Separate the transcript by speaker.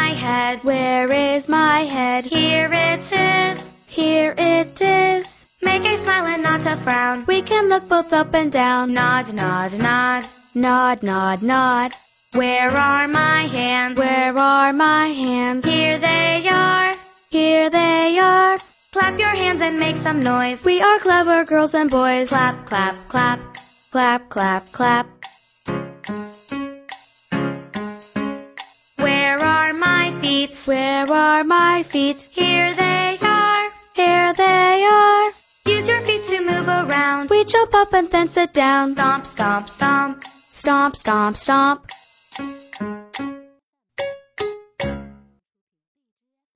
Speaker 1: head? Where is my head? Here it is. Here it is. Make a smile and not a frown. We can look both up and down. Nod, nod, nod. Nod, nod, nod. Where are my hands? Where are my hands? Here they are. Here they are. Clap your hands and make some noise. We are clever girls and boys. Clap, clap, clap. Clap, clap, clap. Where are my feet? Where are my feet? Here they are. Here they are. Use your feet to move around. We jump up and then sit down. Stomp, stomp, stomp. Stomp, stomp, stomp.